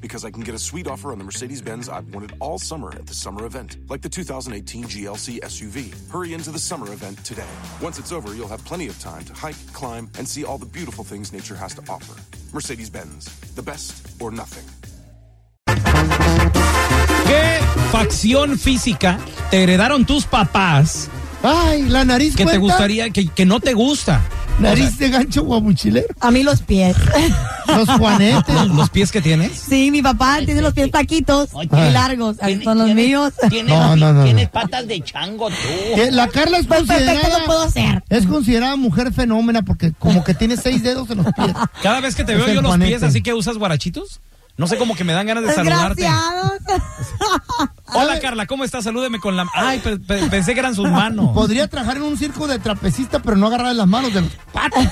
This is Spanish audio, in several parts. Because I can get a sweet offer on the Mercedes Benz I've wanted all summer at the summer event, like the 2018 GLC SUV. Hurry into the summer event today. Once it's over, you'll have plenty of time to hike, climb, and see all the beautiful things nature has to offer. Mercedes Benz, the best or nothing. ¿Qué facción física te heredaron tus papás Ay, la nariz que te cuenta, gustaría, que, que no te gusta? Nariz de gancho guamuchilero. A mí los pies. Los juanetes. Los, los pies que tienes. Sí, mi papá tiene los pies taquitos Oye. y largos. Ahí ¿Tienes- son los tienes- míos. Tienes, No, así- no, no, tienes no. patas de chango tú. Eh, La Carla es Pues considerada... perfecto no puedo ser. Es considerada mujer fenómena porque como que tiene seis dedos en los pies. Cada vez que te Es veo el yo los Juanete. pies, así que usas guarachitos. No sé, como que me dan ganas de Pues, Pues saludarte. Desgraciados. Hola Carla, ¿cómo estás? Salúdeme con la... Ay, pe- pe- pensé que eran sus manos. Podría trabajar en un circo de trapecista, pero no agarrar las manos de los patos.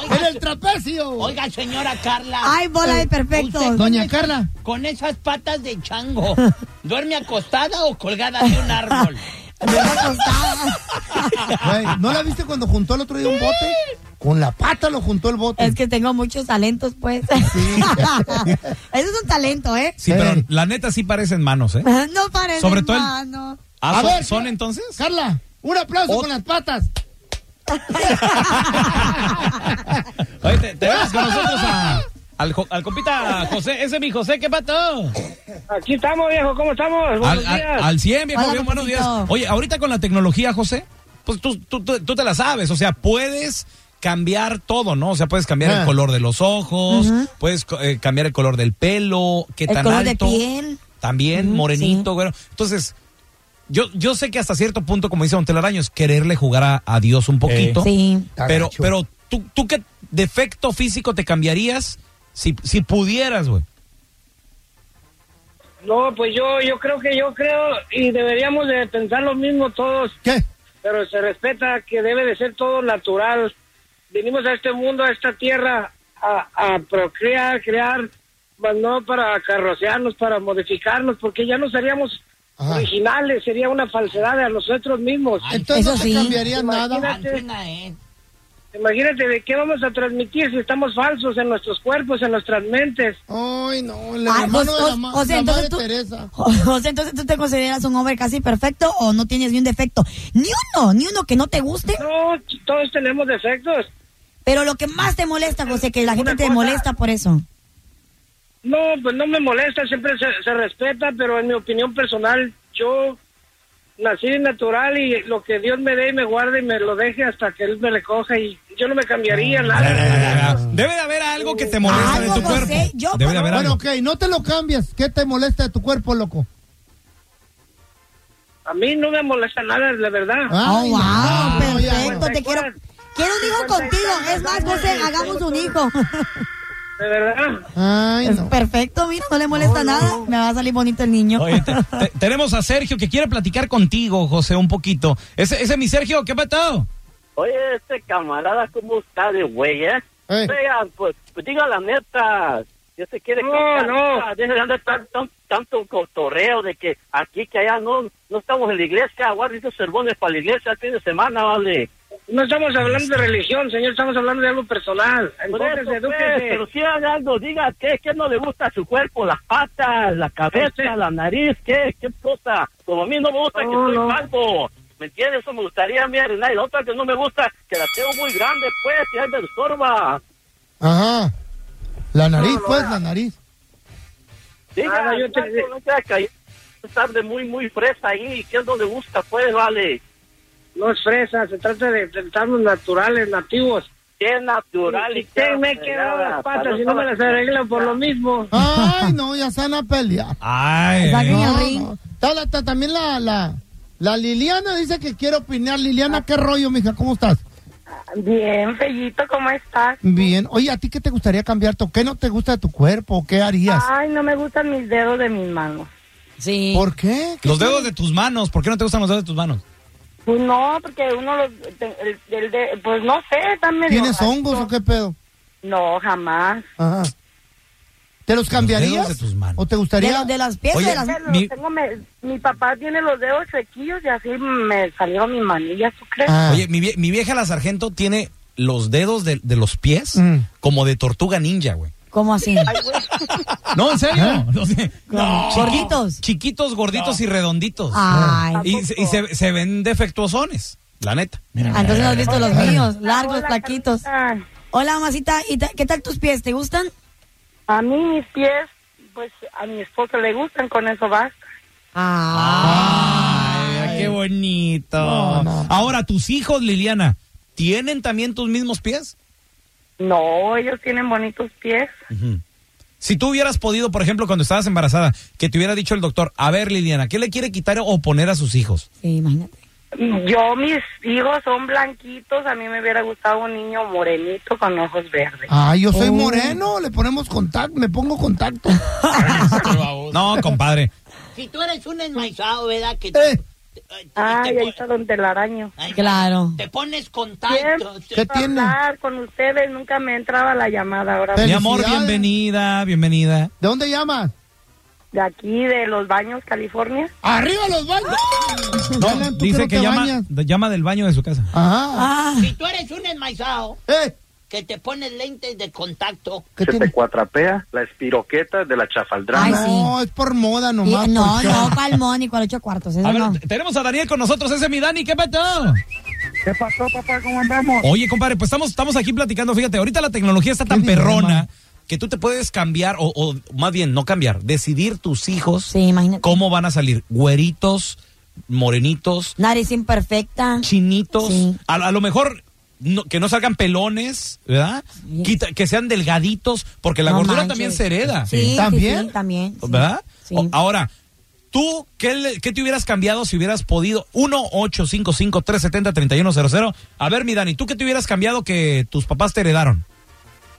Oiga, ¡En el trapecio! oiga, señora Carla. Eh, Ay, bola de usted- perfectos. Doña Carla, Con esas patas de chango, ¿duerme acostada o colgada de un árbol? Me va a costar. güey, ¿no la viste cuando juntó el otro día un bote? Con la pata lo juntó el bote. Es que tengo muchos talentos, pues. Eso es un talento, ¿eh? Sí, pero la neta sí parecen manos, ¿eh? No parece Sobre todo el- humano. Ah, A ¿son, ver, son entonces? Carla, un aplauso Ot- con las patas. Oye, te, te vamos con nosotros a- al, jo- al compita José. Ese es mi José, ¿qué pato? Aquí estamos, viejo, ¿cómo estamos? Buenos Al, al, días. al 100, viejo, Hola, bien, buenos días. papacito. Oye, ahorita con la tecnología, José, pues tú, tú, tú- tú te la sabes, o sea, puedes cambiar todo, ¿no? O sea, puedes cambiar Ah. el color de los ojos, puedes co- eh, cambiar el color del pelo, qué El tan color de alto. piel. También Ujú, morenito, sí. güero. Entonces, yo, yo sé que hasta cierto punto, como dice Don Telaraño, es quererle jugar a, a Dios un poquito. Sí. Está Pero, gacho. pero ¿tú, tú qué defecto físico te cambiarías si, si pudieras, güey. No, pues yo, yo creo que yo creo y deberíamos de pensar lo mismo todos, ¿Qué? pero se respeta que debe de ser todo natural. Venimos a este mundo, a esta tierra, a, a procrear, crear, mas no para carrocearnos, para modificarnos, porque ya no seríamos Ajá. originales, sería una falsedad a nosotros mismos. Entonces no eso se sí. cambiaría nada. Imagínate, Antena, ¿eh? imagínate de qué vamos a transmitir si estamos falsos en nuestros cuerpos, en nuestras mentes. Ay, no, el Ay, hermano Jos- de la, Jos- ma- la José, pues, entonces madre tú- Teresa. José, entonces tú te consideras un hombre casi perfecto o no tienes ni un defecto. Ni uno, ni uno que no te guste. No, todos tenemos defectos. Pero lo que más te molesta, José, que la gente Una te cosa- molesta por eso. No, pues no me molesta, siempre se, se respeta, pero en mi opinión personal, yo nací natural y lo que Dios me dé y me guarde y me lo deje hasta que Él me recoja y yo no me cambiaría Mm. nada. Debe de haber algo que te molesta Algo, de tu José, cuerpo. yo Debe de conozco- haber Bueno, algo. ok, no te lo cambias. ¿Qué te molesta de tu cuerpo, loco? A mí no me molesta nada, la verdad. Ay, oh, Ah, wow, no, Ah, ya, perfecto. bueno. Te quiero, quiero un hijo contigo. Es más, José, hagamos un hijo. De verdad. Ay, Es no. perfecto, mira, no le molesta nada. Me va a salir bonito el niño. Oye, te- te- tenemos a Sergio que quiere platicar contigo, José, un poquito. Ese, ese es mi Sergio, ¿qué pasó? Oye, este camarada, ¿cómo está de güey, eh? Eh. Oigan, pues, pues diga la neta. Ya se quiere No, casar. no. Ah, Deje de andar tan- tan- tanto cotorreo de que aquí, que allá, no no estamos en la iglesia. Guarda esos sermones para la iglesia el fin de semana, vale. No estamos hablando de religión, señor, estamos hablando de algo personal. Por eso, Enfóquese, pues, edúquese. pero si haga algo, diga qué, qué no le gusta a su cuerpo, las patas, la cabeza, Usted- la nariz, qué, qué cosa. Como a mí no me gusta que No, soy no. calvo. ¿Me entiendes? Eso me gustaría a mí arreglar. Y la otra que no me gusta, que la tengo muy grande, pues, y ahí me Ah, estorba. Ajá. La nariz, No, no, pues, no. la nariz. Diga, Ah, no, yo te- algo, no sea que estar de muy, muy fresa ahí. ¿Qué no le gusta, pues, vale? No es fresa, se trata de tratarnos naturales, nativos. Qué natural Y y usted me he quedado las patas y no me las arregla por lo mismo. Ay, no, ya se van a pelear. Ay, Saquen eh. No, el ring. no. Ta- la- ta- también la, la, la Liliana dice que quiere opinar. Liliana, ¿qué rollo, mija? ¿Cómo estás? Bien, Fellito, ¿cómo estás? Bien. Oye, ¿a ti qué te gustaría cambiarte? ¿O qué no te gusta de tu cuerpo? ¿Qué harías? Ay, no me gustan mis dedos de mis manos. Sí. ¿Por qué? ¿Qué los te- dedos de tus manos. ¿Por qué no te gustan los dedos de tus manos? Pues no, porque uno los... te- El, el de, pues no sé, están medio... ¿Tienes hongos o qué pedo? No, jamás. Ajá. ¿Te los cambiarías? dedos de tus manos. ¿O te De, gustaría? los- de las piezas Oye, de las Pero Mi- tengo me- mi papá tiene los dedos sequillos y así me salieron mis manillas, ¿tú crees? Ah. Oye, mi, vie- mi vieja la sargento tiene los dedos de, de los pies Mm. como de tortuga ninja, güey. ¿Cómo así? No, en serio. ¿Eh? No sé. No. Gorditos. Chiquitos, gorditos y redonditos. Ay. Y, se- y se, se ven defectuosones, la neta. Mira, Ah, Entonces no has visto los míos, largos, Hola, flaquitos. Carlita. Hola, mamacita, ¿y ta- qué tal tus pies? ¿Te gustan? A mí mis pies, pues a mi esposo le gustan, con eso basta. Ah. Ay, mira qué bonito. Ahora, tus hijos, Liliana, ¿tienen también tus mismos pies? No, ellos tienen bonitos pies. Si tú hubieras podido, por ejemplo, cuando estabas embarazada, que te hubiera dicho el doctor, a ver, Liliana, ¿qué le quiere quitar o poner a sus hijos? Sí, imagínate. Yo, mis hijos son blanquitos, a mí me hubiera gustado un niño morenito con ojos verdes. Ay, yo Oh. soy moreno, le ponemos contacto, me pongo contacto. No, compadre. Si tú eres un enmaizado, ¿verdad? Que Eh. te- te- Ay, te- ahí está Don Telaraño. Ay, Claro. Te pones contacto. ¿Qué Quiero tiene? hablar con ustedes, nunca me entraba la llamada ahora. Pero- Mi amor, Felicidades. bienvenida, bienvenida. ¿De dónde llamas? De aquí, de Los Baños, California. ¡Arriba los baños! Alan, No, ¿tú qué dice no que te llama, bañas? llama del baño de su casa. Ajá. Ah, Si tú eres un enmaizado, Eh, que te pones lentes de contacto. ¿qué se tiene? te cuatrapea la espiroqueta de la Ay, chafaldrana. sí. No, es por moda y- nomás. no, por show. no, pa'l y cual ocho cuartos, eso A ver, no. t- tenemos a Daniel con nosotros, ese es mi Dani, ¿qué pasó? ¿Qué pasó, papá? ¿Cómo andamos? Oye, compadre, pues estamos, estamos aquí platicando, fíjate, ahorita la tecnología está tan Qué dilema. perrona que tú te puedes cambiar, o, o más bien, no cambiar, decidir tus hijos Sí, imagínate. cómo van a salir, güeritos, morenitos, Nariz imperfecta. chinitos, Sí. a, a lo mejor... no- que no salgan pelones, ¿verdad? Sí. Quita- que sean delgaditos, porque la No gordura manches. también se hereda. Sí, sí, ¿También? sí, también. sí. ¿Verdad? Sí. O- ahora, ¿tú qué, le- qué te hubieras cambiado si hubieras podido? 1-855-370-3100. A ver, mi Dani, ¿tú qué te hubieras cambiado que tus papás te heredaron?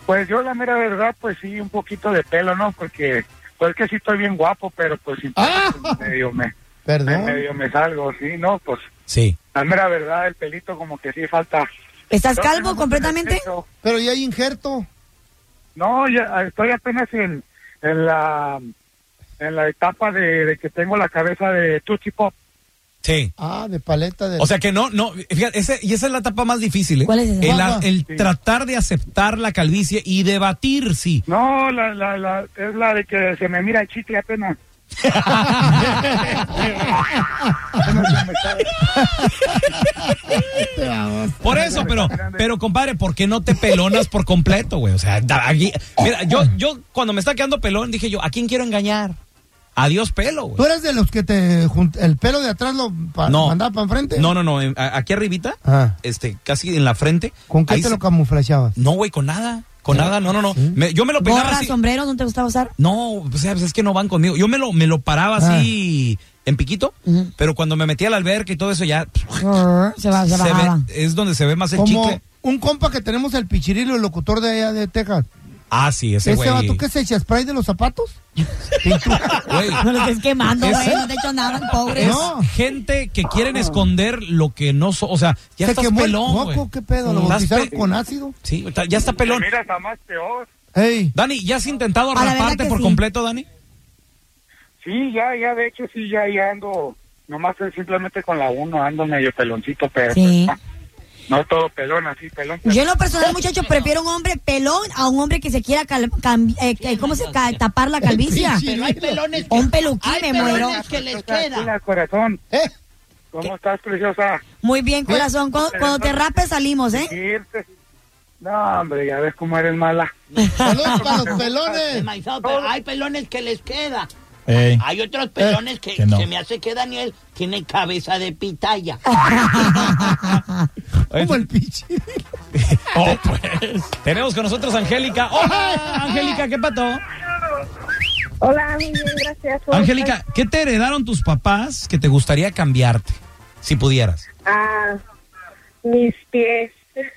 Pues yo la mera verdad, pues sí, un poquito de pelo, ¿no? Porque pues que sí estoy bien guapo, pero pues sí, Ah. pues, medio, me, Perdón. medio me salgo, sí, ¿no? Pues Sí. la mera verdad, el pelito como que sí falta. ¿Estás Creo que calvo no completamente? eso. Pero ya hay injerto. No, ya estoy apenas en, en la en la etapa de, de que tengo la cabeza de Tootsie Pop. Sí. Ah, de paleta de. O sea que no, no, fíjate, ese- y esa es la etapa más difícil. ¿eh? ¿Cuál es esa? El, a- Guapa. el Sí. tratar de aceptar la calvicie y debatir si. No, la, la, la, es la de que se me mira el chicle apenas. Por eso, pero, pero compadre, ¿por qué no te pelonas por completo, güey? O sea, da- aquí- mira, yo, yo cuando me está quedando pelón dije yo, ¿a quién quiero engañar? Adiós pelo, güey. ¿Tú eres de los que te jun- el pelo de atrás lo pa No. Ah, mandaba para enfrente? No, no, no. en- a- aquí arribita, Ah. este, casi en la frente. ¿Con qué ahí te se- lo ¿Eh? camuflajeabas? No, güey, con nada. Con nada, no, no, no. Me- yo me lo peinaba Gorra, así. sombrero, ¿no te gustaba usar? No, o sea, pues es que no van conmigo. Yo me lo, me lo paraba así Ah. en piquito, Ujú. pero cuando me metía al alberca y todo eso ya Ah, Se, Ah, va, se se bajaba. ve- es donde se ve más el Como chicle. un compa que tenemos el pichirilo, el locutor de allá de Texas. Ah, sí, ese ¿Ese güey. vato que se echa spray de los zapatos? ¿Y tú? Güey, No lo estés quemando, Es- güey. No te he hecho nada, pobre. es No. gente que quieren esconder lo que no son, o sea, ya se estás quemó el pelón, coco, güey. ¿qué pedo? ¿Lo Estás bautizaron pe- con ácido? Sí, está- ya está pelón. Mira, está más peor. Ey, Dani, ¿ya has intentado A la verdad raparte que por sí. completo, Dani? Sí, ya, ya, de hecho, sí, ya, ya ando. Nomás es simplemente con la uno ando medio peloncito, pero. Sí. pues, No todo pelón, así pelón. Yo en lo personal, muchachos, prefiero un hombre pelón a un hombre que se quiera cal- cam- eh, eh, ¿cómo se ca- tapar la calvicie. Pero hay pelones que- Un peluquín hay me muero. Eh. pelones que les Tranquila, queda. corazón. ¿Cómo estás, preciosa? Muy bien, corazón. Cuando, cuando te rapes salimos, ¿eh? Irte. No, Ah, hombre, ya ves cómo eres mala. Saludos para los pelones. Maizado, pero hay pelones que les queda. Ey. Hay otros pelones que, que no. se me hace que Daniel tiene cabeza de pitaya. Como el pichi. Oh, pues. Tenemos con nosotros a Angélica. Oh, Hola, eh! Angélica, ¿qué pato? Hola, muy bien, gracias. ¿Cómo Angélica, ¿qué te heredaron tus papás que te gustaría cambiarte? Si pudieras. estás? Ah, mis pies.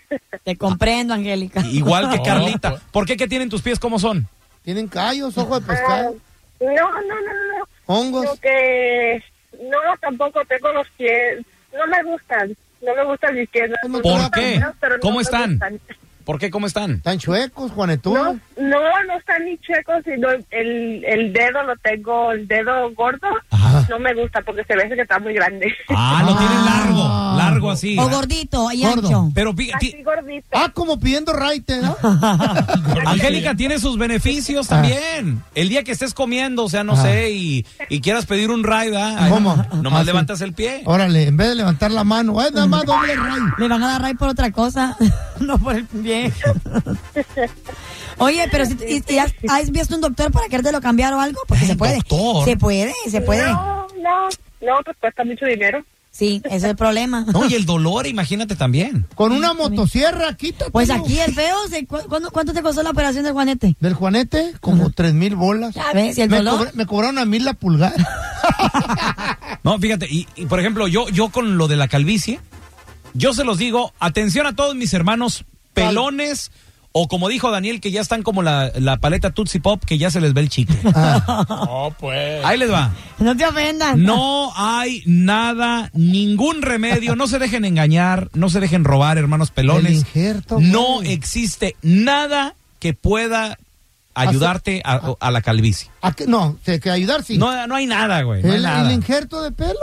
Te comprendo, Angélica. Igual que Oh, Carlita. pues. ¿Por qué? ¿Qué tienen tus pies? ¿Cómo son? Tienen callos, ojos de Ah, pescado, no, no, no, no. hongos. Lo que no tampoco tengo los pies, no me gustan, no me gustan mis pies. ¿Por Me gustan qué? menos, pero no ¿Cómo me están? gustan. ¿Por qué? ¿Cómo están? Tan chuecos, No, Juanetón. no, no están ni chuecos, sino el, el dedo lo tengo, el dedo gordo, Ajá. no me gusta porque se ve que está muy grande. Ah, lo tienen Ah. largo. Largo así. O gordito y Gordo. ancho. Pero pi- ti- Así gordito. Ah, como pidiendo raite, ¿no? Angélica tiene sus beneficios también. El día que estés comiendo, o sea, no Ah. sé, y, y quieras pedir un ride, ¿verdad? Ahí ¿Cómo? Nomás Ah, sí. levantas el pie. Órale, en vez de levantar la mano, ay, nada más doble ray. Me van a dar ray por otra cosa, no por el pie. Oye, pero si, y- y has, has visto un doctor para querértelo cambiar o algo? Porque Ey, se puede. doctor. Se puede, se puede. No, no, no, pues cuesta mucho dinero. Sí, ese es el problema. No, y el dolor, imagínate también. Con una motosierra, quítate. Pues aquí el feo, se- ¿cu- cuándo- ¿cuánto te costó la operación del Juanete? Del Juanete, como tres mil bolas. Ya ves, y el me, dolor. cobra- me cobraron a mí la pulgada. No, fíjate, y, y, por ejemplo, yo, yo con lo de la calvicie, yo se los digo, atención a todos mis hermanos pelones, o como dijo Daniel, que ya están como la, la paleta Tootsie Pop, que ya se les ve el chicle. Ah. No, pues. Ahí les va. No te ofendas. No hay nada, ningún remedio. No se dejen engañar, no se dejen robar, hermanos pelones. El injerto, güey. no existe nada que pueda ayudarte a, a la calvicie. ¿A qué? No, te que ayudar sí. No, no hay nada, güey. no hay el, nada. el injerto de pelo.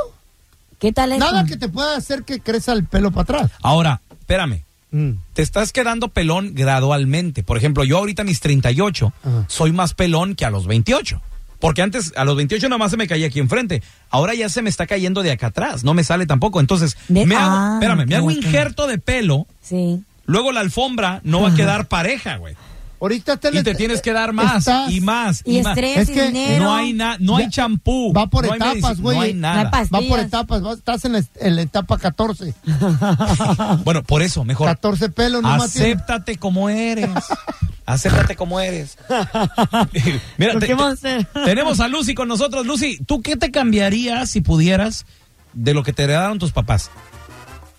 ¿Qué tal eso? Nada que te pueda hacer que crezca el pelo para atrás. Ahora, espérame. Mm. Te estás quedando pelón gradualmente. Por ejemplo, yo ahorita a mis 38 Ajá. soy más pelón que a los 28. Porque antes a los 28 nada más se me caía aquí enfrente. Ahora ya se me está cayendo de acá atrás. No me sale tampoco. Entonces, De- me hago, Ah, espérame, me ok, hago ok. injerto de pelo. Sí. Luego la alfombra no va a quedar pareja, güey. Ahorita te Y te tienes que dar más estás- y más Y más. estrés Es y que dinero. No hay na- no hay Ya- champú. Va por no hay etapas, medicina, güey. No hay No nada. hay pas- Va por Pastillas. etapas, va- estás en la, en la etapa 14. Bueno, por eso, mejor. 14 pelos nomás. tienes. Acéptate como eres. Acéptate como eres. Mira, ¿Por te- qué vamos a te- hacer? tenemos a Lucy con nosotros. Lucy, ¿tú qué te cambiarías si pudieras de lo que te heredaron tus papás?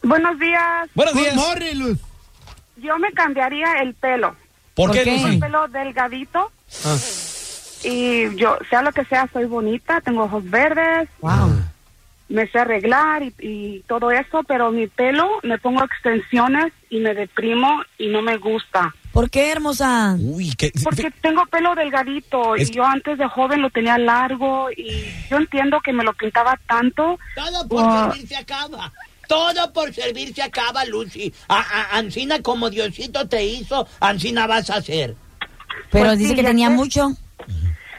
Buenos días. Buenos Good días. morning, Luz. Yo me cambiaría el pelo. ¿Por, ¿Por qué, qué? Lucy? pelo delgadito Ah. y yo, sea lo que sea, soy bonita, tengo ojos verdes, Wow. me sé arreglar y, y todo eso, pero mi pelo me pongo extensiones y me deprimo y no me gusta. ¿Por qué, hermosa? Uy, qué- Porque tengo pelo delgadito Es- y yo antes de joven lo tenía largo y yo entiendo que me lo pintaba tanto. Todo pues, por Ah. servir se acaba. Todo por servir se acaba, Lucy. A, a- Ancina, como Diosito te hizo, Ancina vas a hacer. Pero Pues dice sí, que ya tenía sé. mucho.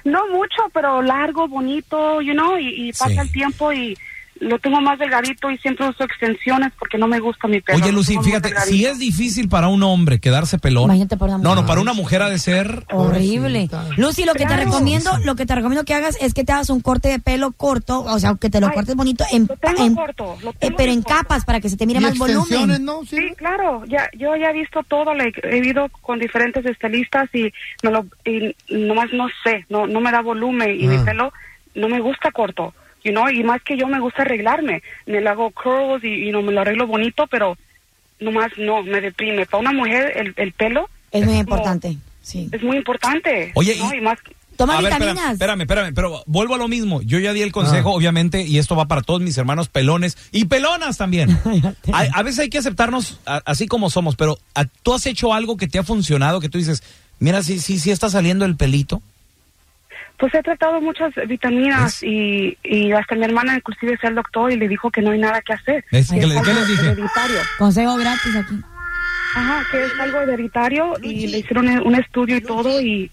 No mucho, pero largo, bonito, you know, y, y pasa Sí. el tiempo y lo tengo más delgadito y siempre uso extensiones porque no me gusta mi pelo. Oye, lo Lucy, tengo muy fíjate, delgadito. si es difícil para un hombre quedarse pelón. Imagínate para una No, no, mujer. para una mujer ha de ser. Horrible. Pobrecita. Lucy, lo que te Claro. recomiendo, lo que te recomiendo que hagas es que te hagas un corte de pelo corto, o sea, que te lo Ay, cortes bonito en, lo tengo en- corto, lo eh, tengo pero en corto. capas para que se te mire Y más extensiones, volumen. ¿no? Sí. Sí, claro, ya, yo ya he visto todo, le- he ido con diferentes estilistas y me lo, y nomás no sé, no, no me da volumen y Ah. mi pelo no me gusta corto, you know, y más que yo me gusta arreglarme, me lo hago curls y, y no me lo arreglo bonito, pero nomás no, me deprime. Para una mujer el, el pelo Es muy como- importante. Sí. es muy importante. Oye, ¿no? y- y más Toma A ver, espérame, vitaminas. espérame, espérame, pero vuelvo a lo mismo. Yo ya di el Ah. consejo, obviamente, y esto va para todos mis hermanos pelones y pelonas también. a, a veces hay que aceptarnos a- así como somos, pero a- tú has hecho algo que te ha funcionado, que tú dices, mira, sí, sí, sí está saliendo el pelito. Pues he tratado muchas vitaminas y, y hasta mi hermana inclusive se al doctor y le dijo que no hay nada que hacer. Es- ¿qué Es le- qué algo les dije? hereditario. Consejo gratis aquí. Ajá, que es algo hereditario y le hicieron un estudio y todo y...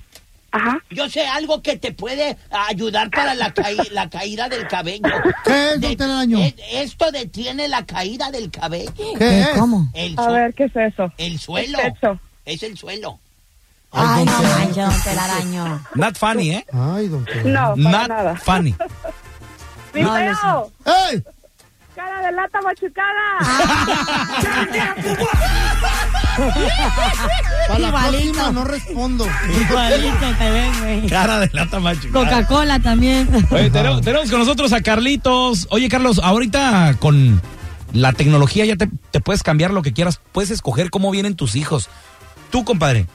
Ajá. Yo sé algo que te puede ayudar para la, caí- la caída del cabello. ¿Qué es, De- don Telaraño? e- esto detiene la caída del cabello. ¿Qué es? ¿Cómo? El, A su- ver, ¿qué es eso? Este- el suelo. ¿Qué es eso? Es el suelo. Ay, no manches, don telaraño. Not funny, ¿eh? Ay, don Telaraño. No, para Not nada. funny. ¡Mi No, feo! no ¡Ey! ¡Cara de lata machucada! Para la Igualito. próxima no respondo. Igualito te ven, güey. Cara de lata macho. Coca-Cola también. Oye, tenemos, tenemos con nosotros a Carlitos. Oye, Carlos, ahorita con la tecnología ya te, te puedes cambiar lo que quieras. Puedes escoger cómo vienen tus hijos. Tú, compadre,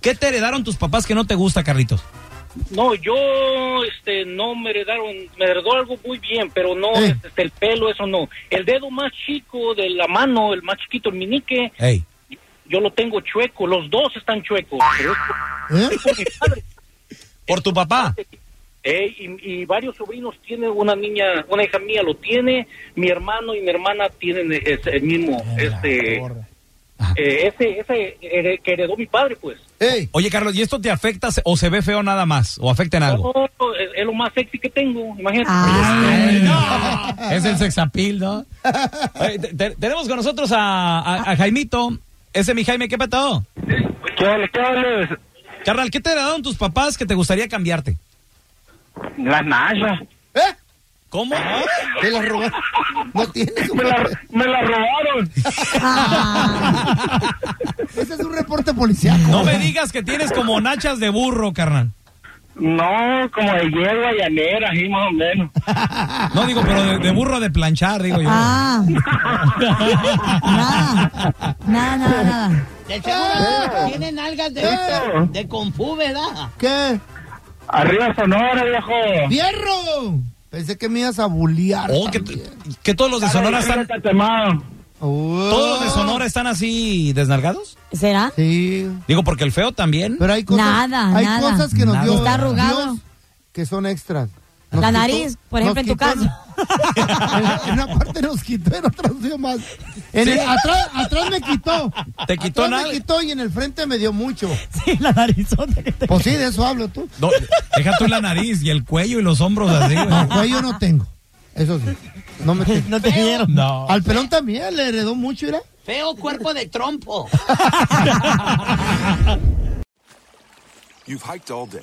¿qué te heredaron tus papás que no te gusta, Carlitos? No, yo este, no me heredaron, me heredó algo muy bien, pero no Eh. este, el pelo, eso no. El dedo más chico de la mano, el más chiquito, el minique, Ey. yo lo tengo chueco, los dos están chuecos. pero es ¿Eh? por mi padre. Por tu papá. Eh, y, y varios sobrinos tienen, una niña, una hija mía lo tiene, mi hermano y mi hermana tienen ese- el mismo, este, Ah. eh, ese, ese hered- que heredó mi padre, pues. ¡Ey! Oye, Carlos, ¿y esto te afecta se- o se ve feo nada más? ¿O afecta en algo? No, es, es lo más sexy que tengo, imagínate. Ay, Es el sexapil, ¿no? Oye, te- te- tenemos con nosotros a, a- a Jaimito. Ese mi Jaime, ¿qué patado? ¿Qué hables? ¿Qué hables? Carnal, ¿qué te heredaron tus papás que te gustaría cambiarte? Las nachas. ¿Eh? ¿Cómo? Te la robaron. No tienes un... Me la, me la robaron. ah. Ese es un reporte policial. No me digas que tienes como nachas de burro, carnal. No, como de hierba llanera, así más o menos. No digo, pero de, de burro de planchar, digo yo. Ah. Nada. Nada, nada, nada. De seguro tienen algas de, Eh. de confú, ¿verdad? ¿Qué? Arriba Sonora, viejo. ¡Fierro! Pensé que me ibas a bulear. Oh, que, también. que todos los de Sonora están. Catemado. Oh. Todos los de Sonora están así desnalgados. ¿Será? Sí. Digo, porque el feo también. Pero hay cosas, Nada, hay nada. cosas que nos Nada. dio Está arrugado. Dios que son extras. La nariz, por ejemplo, nos en tu quitó- en, una parte nos quitó, en otra nos dio más. En Sí. el- atrás, atrás me quitó. ¿Te quitó Atrás nada? me quitó y en el frente me dio mucho. Sí, la narizota que te... Pues sí, de eso hablo tú. No, deja tú la nariz y el cuello y los hombros Pues así. güey. No, cuello no tengo. Eso sí. No me tengo. No te dieron. No. Al pelón también le heredó mucho, ¿era? Feo cuerpo de trompo. You've hiked all day,